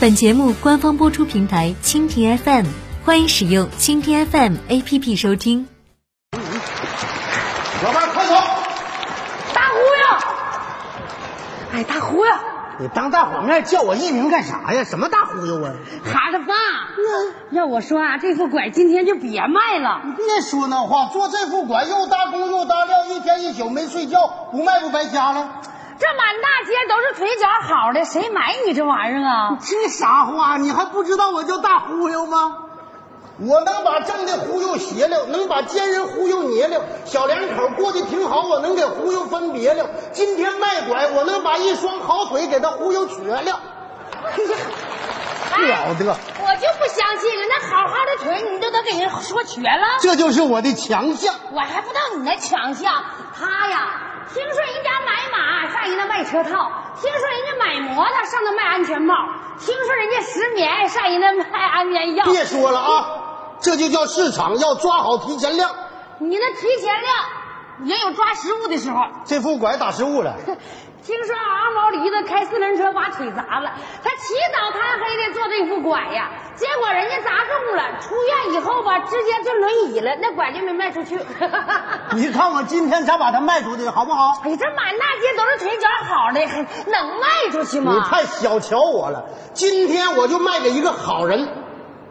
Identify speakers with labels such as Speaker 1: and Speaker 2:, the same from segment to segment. Speaker 1: 本节目官方播出平台蜻蜓 FM，欢迎使用蜻蜓 FM APP 收听。
Speaker 2: 老伴儿，快走！
Speaker 3: 大忽悠！哎，大忽悠，
Speaker 2: 你当大伙面叫我艺名干啥呀？什么大忽悠啊？
Speaker 3: 孩子爸，要我说啊，这副拐今天就别卖了。
Speaker 2: 别说那话，做这副馆又搭工又搭料，一天一宿没睡觉，不卖不白瞎了。
Speaker 3: 这满大街都是腿脚好的，谁买你这玩意儿啊？
Speaker 2: 这啥话？你还不知道我叫大忽悠吗？我能把正的忽悠邪了，能把奸人忽悠捏了，小两口过得挺好，我能给忽悠分别了。今天卖拐，我能把一双好腿给他忽悠瘸了。
Speaker 3: 哎
Speaker 2: 了得，
Speaker 3: 我就不相信了，那好好的腿你都得给人说瘸了，
Speaker 2: 这就是我的强项。
Speaker 3: 我还不知道你那强项。他呀，听说人家买马上人家卖车套，听说人家买摩托上那卖安全帽，听说人家失眠上人家卖安眠药。
Speaker 2: 别说了啊，这就叫市场，要抓好提前量。
Speaker 3: 你那提前量也有抓食物的时候。
Speaker 2: 这副拐打失误 了，
Speaker 3: 听说阿毛驴子开四轮车把腿砸了，他起早贪黑的做这副拐呀，结果人家砸中了，出院以后吧，直接坐轮椅了，那拐就没卖出去。 哎
Speaker 2: 你看我今天才把它卖出去，好不好？
Speaker 3: 呀，这满大街都是腿脚好的，能卖出去
Speaker 2: 你
Speaker 3: 吗？
Speaker 2: 太小瞧我了，今天我就卖给一个好人，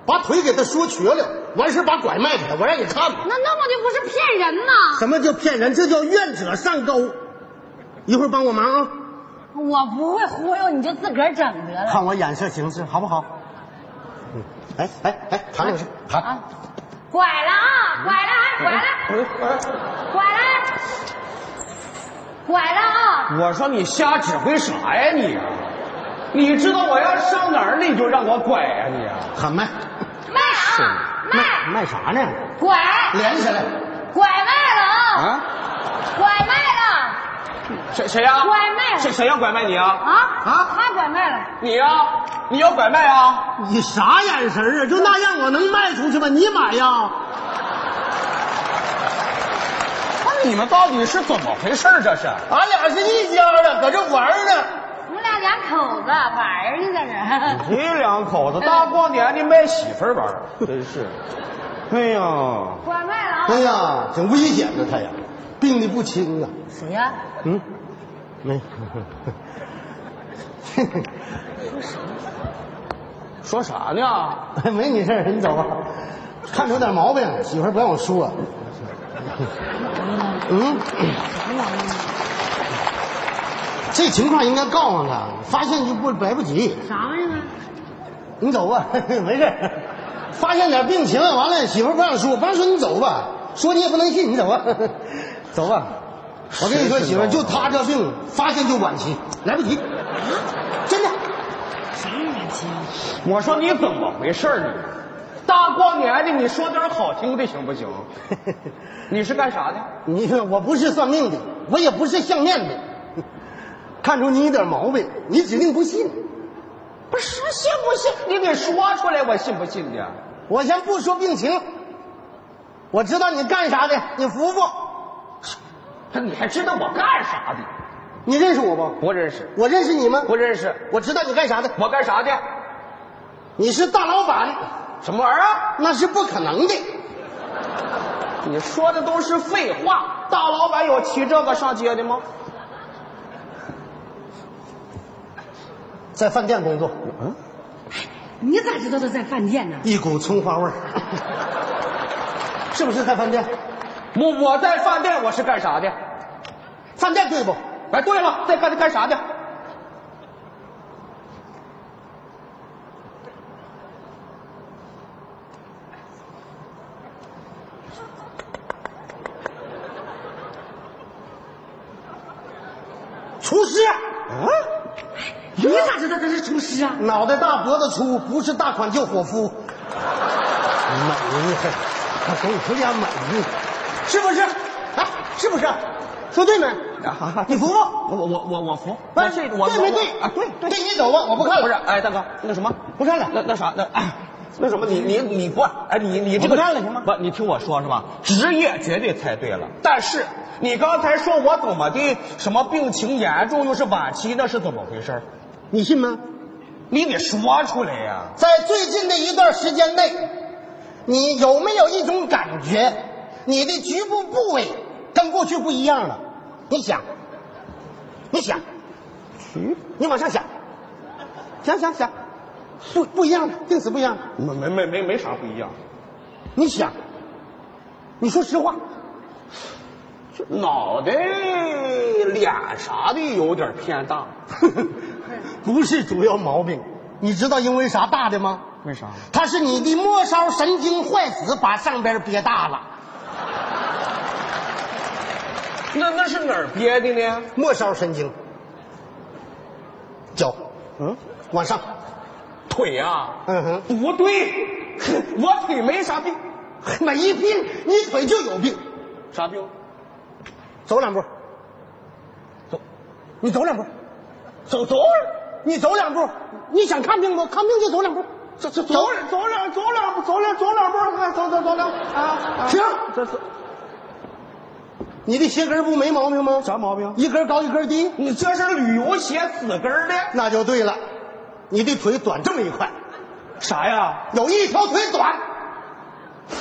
Speaker 2: 把腿给他说瘸了，完事把拐卖给他，我让你看吧。
Speaker 3: 那那我就不是骗人吗？
Speaker 2: 什么叫骗人？这叫愿者上钩。一会儿帮我忙啊，
Speaker 3: 我不会忽悠，你就自个儿整得了。
Speaker 2: 看我眼色行事，好不好？嗯，哎哎哎，喊两声，喊。
Speaker 3: 啊，拐了啊，拐了啊，拐了，
Speaker 2: 嗯
Speaker 3: 拐了，拐了啊！
Speaker 4: 我说你瞎指挥啥呀你？你知道我要上哪儿你就让我拐呀、你、啊
Speaker 2: 喊麦，
Speaker 3: 卖啊，卖，
Speaker 2: 卖啥呢？
Speaker 3: 拐，
Speaker 2: 连起来
Speaker 3: 拐卖了啊，
Speaker 2: 啊
Speaker 3: 拐卖
Speaker 4: 谁谁呀、
Speaker 3: 拐卖
Speaker 4: 谁谁要拐卖你啊
Speaker 3: 了？啊
Speaker 2: 啊！
Speaker 3: 他拐卖了，
Speaker 4: 你呀、你要拐卖啊？
Speaker 2: 你啥眼神儿啊？就那样，我能卖出去吗？你买呀？
Speaker 4: 那你们到底是怎么回事儿？这是
Speaker 2: 俺俩是一家的，搁这玩儿呢。
Speaker 3: 我们俩两口子玩儿呢，在这儿。
Speaker 4: 你两口子大过年的卖媳妇儿玩儿，真是。哎呀，
Speaker 3: 拐卖了
Speaker 2: 哎呀，
Speaker 3: 啊！
Speaker 2: 挺危险的，他呀，病的不轻啊。
Speaker 3: 谁呀？
Speaker 2: 嗯，没。
Speaker 4: 说啥呢？
Speaker 2: 没你事儿，你走吧。看出点毛病，媳妇儿不让我说。嗯，这情况应该告诉他，发现就不来不及。
Speaker 3: 啥玩意儿啊？
Speaker 2: 你走吧， 没事儿。发现点病情，完了媳妇儿不让说，不让说你走吧，说你也不能信，你走吧， 走吧。我跟你说，
Speaker 4: 谁知
Speaker 2: 媳
Speaker 4: 道啊啊
Speaker 2: 妇儿，就他这病，发现就晚期，来不及，真的。
Speaker 4: 我说你怎么回事儿你？大过年的你说点好听的行不行？你是干啥的？
Speaker 2: 你看，我不是算命的，我也不是相面的，看出你有点毛病，你指定不信。
Speaker 4: 不是信不信？你得说出来，我信不信的？
Speaker 2: 我先不说病情，我知道你干啥的，你服不？
Speaker 4: 你还知道我干啥的？
Speaker 2: 你认识我不？
Speaker 4: 不认识，
Speaker 2: 我认识你吗？
Speaker 4: 不认识。
Speaker 2: 我知道你干啥的，
Speaker 4: 我干啥的？
Speaker 2: 你是大老板，
Speaker 4: 什么玩意儿啊？
Speaker 2: 那是不可能的。
Speaker 4: 你说的都是废话。大老板有骑这个上街的吗？
Speaker 2: 在饭店工作，
Speaker 3: 你咋知道他在饭店呢？
Speaker 2: 一股葱花味儿， 是不是在饭店？
Speaker 4: 我我在饭店我是干啥的？
Speaker 2: 饭店对不？
Speaker 4: 哎，对了，在饭店干啥的？
Speaker 2: 厨师，啊
Speaker 3: 啊你咋知道他是厨师啊？
Speaker 2: 脑袋大脖子粗，不是大款就伙夫。美，我给你说点美，是不是？哎，是不是？说对没？你服不？
Speaker 4: 啊我我我我服。
Speaker 2: 哎
Speaker 4: 这我
Speaker 2: 对没对
Speaker 4: 我啊？对对，
Speaker 2: 对，你走吧，我不看了。
Speaker 4: 不是，哎，大哥，那什么，
Speaker 2: 不看了
Speaker 4: 那那啥，那哎那什么，你你你不，哎，你你这
Speaker 2: 我不
Speaker 4: 个
Speaker 2: 干了行吗
Speaker 4: 不，你听我说是吧？职业绝对猜对了，但是你刚才说我怎么的，什么病情严重又是晚期，那是怎么回事？
Speaker 2: 你信吗？
Speaker 4: 你得说出来呀、
Speaker 2: 在最近的一段时间内，你有没有一种感觉，你的局部部位跟过去不一样了？你想，你想，
Speaker 4: 局
Speaker 2: 你往上想，想想想，不不一样了，定死不一样了。
Speaker 4: 没没没没没啥不一样，
Speaker 2: 你想，你说实话，
Speaker 4: 就脑袋、脸啥的有点偏大。
Speaker 2: 不是主要毛病，你知道因为啥大的吗？
Speaker 4: 为啥？
Speaker 2: 它是你的末梢神经坏死，把上边憋大了。
Speaker 4: 那那是哪儿憋的呢？
Speaker 2: 末梢神经，脚，嗯，往上，
Speaker 4: 腿呀、
Speaker 2: 嗯哼，
Speaker 4: 不对，我腿 没啥病，
Speaker 2: 没病，你腿就有病。
Speaker 4: 啥病？
Speaker 2: 走两步，走，你走两步，啊
Speaker 4: 走走，
Speaker 2: 你走两步，你想看病不？看病就走两步，走走
Speaker 4: 走走两走两步，走两走两步，哎走走走两步啊啊！
Speaker 2: 停，
Speaker 4: 这是
Speaker 2: 你的鞋跟不没毛病吗？
Speaker 4: 啥毛病？
Speaker 2: 一根高一根低，
Speaker 4: 你这是旅游鞋紫跟儿的
Speaker 2: 那就对了，你的腿短这么一块，
Speaker 4: 啥呀？
Speaker 2: 有一条腿短，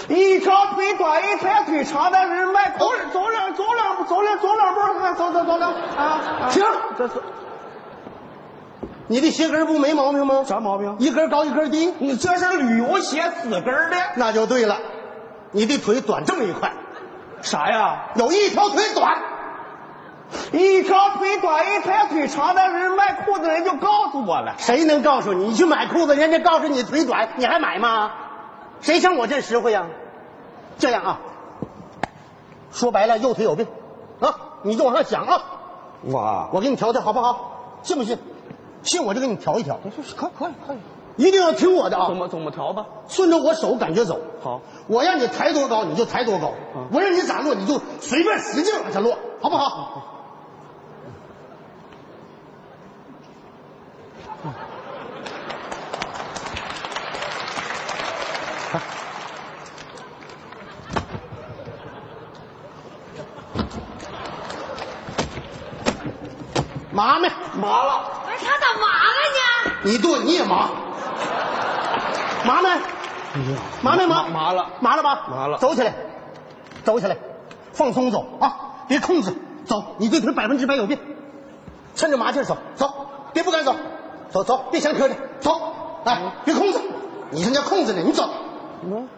Speaker 4: 一条腿短，一条腿长，但是迈走走两走两步，走两走两步，哎走走走两步啊啊！
Speaker 2: 停，
Speaker 4: 这是
Speaker 2: 你的鞋跟不没毛病吗？
Speaker 4: 啥毛病？
Speaker 2: 一根高一根低，
Speaker 4: 你这是旅游鞋紫跟儿的
Speaker 2: 那就对了，你的腿短这么一块，
Speaker 4: 啥呀？
Speaker 2: 有一条腿短。
Speaker 4: 一条腿短，一条腿长，但是卖裤子人就告诉我了。
Speaker 2: 谁能告诉你？你去买裤子，人家告诉你腿短，你还买吗？谁像我这实惠呀、这样啊，说白了，右腿有病，啊，你就往上想啊，
Speaker 4: 哇，
Speaker 2: 我给你调调好不好？信不信？信哎我就给你调一调，
Speaker 4: 可可以可以，
Speaker 2: 一定要听我的啊
Speaker 4: 怎，么怎么调吧？
Speaker 2: 顺着我手感觉走。
Speaker 4: 好，
Speaker 2: 我让你抬多高你就抬多高，
Speaker 4: 嗯
Speaker 2: 我让你咋落你就随便使劲往下落，好不好？麻没？
Speaker 4: 麻了，
Speaker 3: 不是哎他咋麻啊了呢？
Speaker 2: 你剁你也麻，麻没？麻没麻？
Speaker 4: 哎麻了
Speaker 2: 麻了吧？
Speaker 4: 麻了
Speaker 2: 走起来，走起来，放松走啊，别控制，走，你这腿百分之百有病，趁着麻劲儿走，走，别不敢走，走走，别想磕碜，走，哎，别控制，你人家控制呢，你走，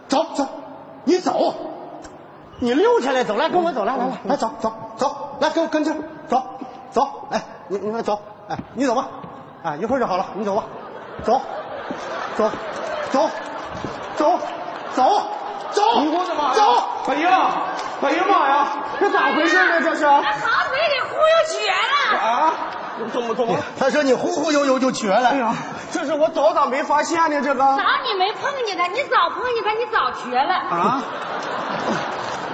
Speaker 2: 走走，你走，嗯你溜下来走，来跟我走，来来来，来走走走，来跟跟这儿走走，哎，你你快走，哎，你走吧，啊，一会儿就好了，你走吧，走，走，走，走，走，走，
Speaker 4: 你给我的妈呀！
Speaker 2: 走，！
Speaker 4: 哎呀，哎呀妈呀，
Speaker 2: 这咋回事呢？这是？
Speaker 3: 那好腿给忽悠瘸了。
Speaker 4: 啊，怎么怎么？
Speaker 2: 他说你忽忽悠悠就瘸了。
Speaker 4: 哎呀，这是我早咋没发现呢？这个
Speaker 3: 早你没碰见他，你早碰见他，你早瘸了。
Speaker 4: 啊，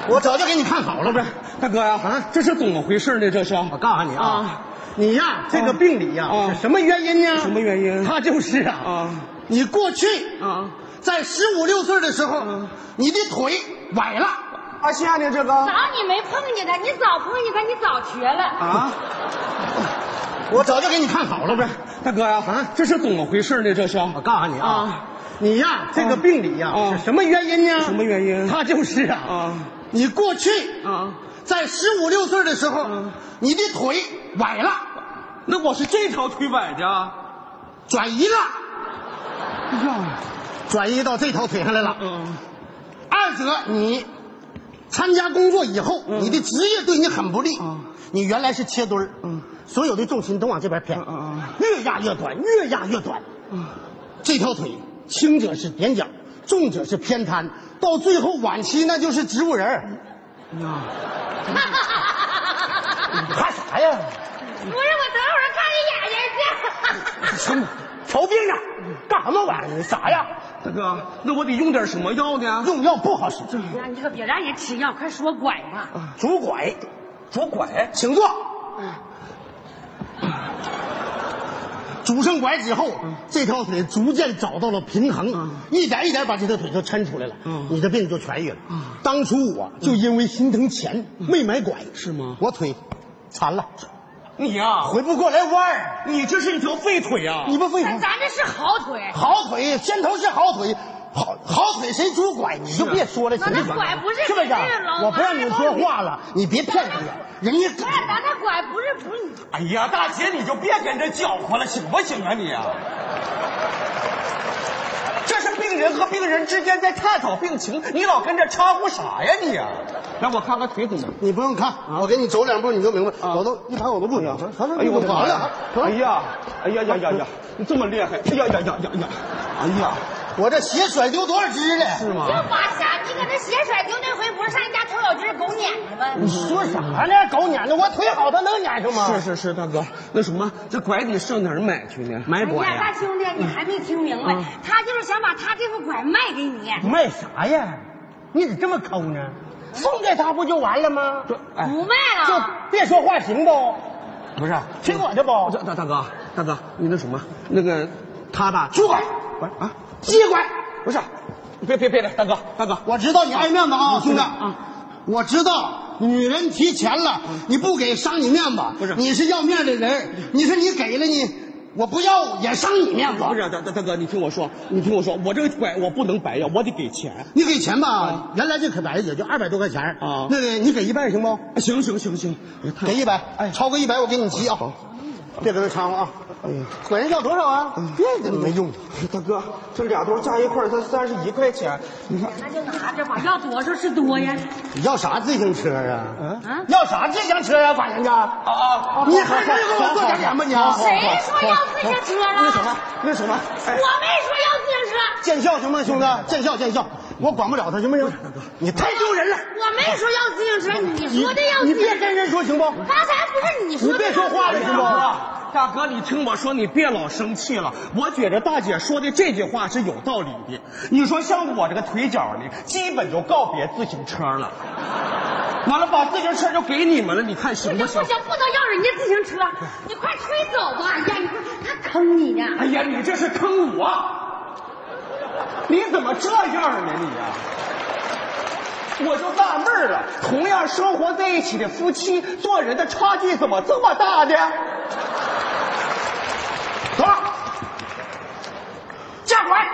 Speaker 2: 我早就给你看好了呗。
Speaker 4: 大哥呀，啊，这是怎么回事呢？这是
Speaker 2: 我告诉你啊
Speaker 4: 啊，
Speaker 2: 你呀，这个病理呀
Speaker 4: 啊
Speaker 2: 是什么原因呢？
Speaker 4: 什么原因
Speaker 2: 他就是啊
Speaker 4: 啊，
Speaker 2: 你过去
Speaker 4: 啊，
Speaker 2: 在十五六岁的时候
Speaker 4: 嗯，
Speaker 2: 你的腿崴了。
Speaker 4: 发现呢？这个
Speaker 3: 早你没碰见他，你早碰见他，你早瘸了。
Speaker 4: 啊，
Speaker 2: 我早就给你看好了呗。
Speaker 4: 大哥呀，啊，这是怎么回事呢？这是
Speaker 2: 我告诉你啊
Speaker 4: 啊，
Speaker 2: 你呀，这个
Speaker 4: 啊
Speaker 2: 病理呀
Speaker 4: 啊
Speaker 2: 是什么原因呢？
Speaker 4: 什么原因
Speaker 2: 他就是啊
Speaker 4: 啊，
Speaker 2: 你过去
Speaker 4: 啊，
Speaker 2: 在十五六岁的时候
Speaker 4: 嗯，
Speaker 2: 你的腿崴了，
Speaker 4: 那我是这条腿崴的啊。
Speaker 2: 转移了，
Speaker 4: 哎呀，
Speaker 2: 转移到这条腿上来了。
Speaker 4: 嗯。
Speaker 2: 二者你参加工作以后，你的职业对你很不利。
Speaker 4: 嗯
Speaker 2: 你原来是切墩儿，
Speaker 4: 嗯
Speaker 2: 所有的重心都往这边偏，
Speaker 4: 嗯嗯嗯
Speaker 2: 越压越短，越压越短。这条腿轻者是踮脚，重者是偏瘫，到最后晚期那就是植物人儿。
Speaker 4: 嗯啊
Speaker 2: 你怕啥呀？
Speaker 3: 不是，我等会儿看你眼睛去。
Speaker 2: 什么瞧病呢？干什么玩意儿？啥呀？
Speaker 4: 大哥，那我得用点什么药啊呢？
Speaker 2: 用药不好使，
Speaker 3: 那你可别让人吃药，快说拐吧。
Speaker 2: 拄拐，
Speaker 4: 左拐。
Speaker 2: 请坐。
Speaker 3: 嗯
Speaker 2: 拄上拐之后，
Speaker 3: 嗯
Speaker 2: 这条腿逐渐找到了平衡，一点一点把这条腿就抻出来了，
Speaker 3: 嗯
Speaker 2: 你的病就痊愈了。
Speaker 3: 嗯
Speaker 2: 当初我就因为心疼钱没买拐，
Speaker 4: 是吗
Speaker 2: 我腿残了，
Speaker 4: 你呀、
Speaker 2: 回不过来弯儿。
Speaker 3: 哎
Speaker 4: 你这是一条废腿啊呀、
Speaker 2: 你不废
Speaker 3: 咱
Speaker 2: 话，
Speaker 3: 咱这是好腿，
Speaker 2: 好腿，先头是好腿，好好腿谁主拐？你就别说了，行
Speaker 3: 那
Speaker 2: 不行
Speaker 3: 拐不是
Speaker 2: 啊是不是
Speaker 3: 这是老？
Speaker 2: 我不让
Speaker 3: 王
Speaker 2: 你
Speaker 3: 八
Speaker 2: 说
Speaker 3: 狗
Speaker 2: 话了，你别骗我，人家
Speaker 3: 不是哎咱那拐不是不是，
Speaker 4: 哎呀，大姐，你就别跟这搅和了，行不行啊你啊？这是病人和病人之间在探讨病情，你老跟这掺和啥呀你啊？来，我看看腿怎么样。
Speaker 2: 你不用看，我给你走两步你就明白。我都一盘我都不行，
Speaker 4: 哎呦我的妈
Speaker 2: 完
Speaker 4: 呀
Speaker 2: 了！！
Speaker 4: 哎呀，哎呀呀呀呀！你这么厉害！哎呀呀呀呀呀！哎呀，
Speaker 2: 我这鞋甩丢多少只了？
Speaker 4: 是吗
Speaker 3: 就？把啥？你搁那鞋甩丢那回，不是上人家偷小鸡狗撵去吗？
Speaker 2: 说啥呢？狗撵的，我腿好，它能撵上吗？
Speaker 4: 是是是，大哥，那什么，这拐你上哪儿买去呢？买
Speaker 3: 哎呀，大兄弟，你还没听明
Speaker 2: 嗯
Speaker 3: 白，他就是想把他这副拐卖给你。
Speaker 2: 卖啥呀？你咋这么抠呢？送给他不就完了吗？
Speaker 4: 哎，
Speaker 3: 不卖
Speaker 2: 就
Speaker 3: 了，
Speaker 2: 别说话行不？
Speaker 4: 不是，
Speaker 2: 听我的不？
Speaker 4: 大大哥，大哥，你那什么，那个他吧，
Speaker 2: 主管，
Speaker 4: 不是啊，
Speaker 2: 接管。
Speaker 4: 不是，别别别的，大哥大哥，
Speaker 2: 我知道你爱面子啊，兄弟啊，我知道女人提钱了，你不给伤你面子，
Speaker 4: 不是
Speaker 2: 你是要面的人，你说你给了你，我不要也伤你面子
Speaker 4: 不。是大大大哥，你听我说，你听我说，我这个拐我不能白要，我得给钱。
Speaker 2: 你给钱吧，原来这可白也就二百多块钱
Speaker 4: 啊
Speaker 2: 那个你给一半行不？
Speaker 4: 行行行行，别看
Speaker 2: 给一百，哎，超过一百我给你急啊，别搁这掺和啊。哎呀，管人要多少啊？别没用，
Speaker 4: 大哥，这俩兜加一块儿才三十一块钱，你看
Speaker 3: 那就拿着吧，要多少是多呀。
Speaker 2: 你要啥自行车啊？
Speaker 3: 啊
Speaker 2: 要啥自行车啊？把人家，
Speaker 4: 啊啊
Speaker 2: 你还能给我做点脸吗你？啊
Speaker 3: 谁说要自行车啊
Speaker 2: 哦
Speaker 3: 了？
Speaker 4: 那什么那什么，
Speaker 3: 我
Speaker 4: 哎
Speaker 3: 没，说要自行车，
Speaker 2: 见笑行吗，兄弟？见笑见笑，我管不了他行不行？你太丢人了，
Speaker 3: 我没说要自行车，你
Speaker 2: 你
Speaker 3: 说的要
Speaker 2: 你
Speaker 3: 自
Speaker 2: 别跟
Speaker 3: 行车。哎
Speaker 2: 人说行不？
Speaker 3: 刚才不是你说
Speaker 2: 你
Speaker 3: 的
Speaker 2: 别说话了行不？
Speaker 4: 大哥，你听我说，你别老生气了。我觉着大姐说的这句话是有道理的。你说像我这个腿脚呢，基本就告别自行车了。完了，把自行车就给你们了，你看行
Speaker 3: 这
Speaker 4: 不
Speaker 3: 不
Speaker 4: 行
Speaker 3: 行？，不能要人家自行车，你快推走吧！哎呀，你看他坑你呢。
Speaker 4: 哎呀，你这是坑我！你怎么这样呢你呀、我就纳闷儿了，同样生活在一起的夫妻，做人的差距怎么这么大呢？走，下拐。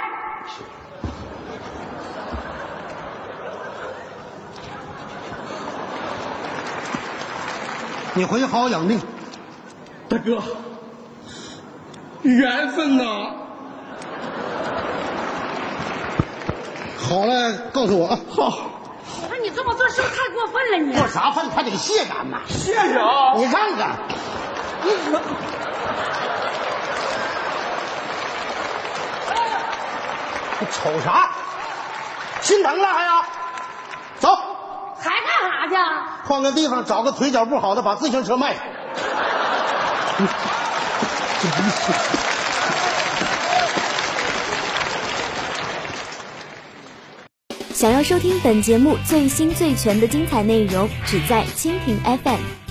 Speaker 2: 你回去好好养病。
Speaker 4: 大哥，缘分呐、
Speaker 2: 好了，告诉我啊。
Speaker 4: 好，
Speaker 3: 我说你这么做哎是不是太过分了？你
Speaker 2: 做啥饭他得谢咱呐，
Speaker 4: 谢谢啊。
Speaker 2: 你看看，瞅啥？心疼干啥呀？走，
Speaker 3: 还干啥去啊？
Speaker 2: 换个地方找个腿脚不好的，把自行车卖了。
Speaker 1: 想要收听本节目最新最全的精彩内容，只在蜻蜓 FM。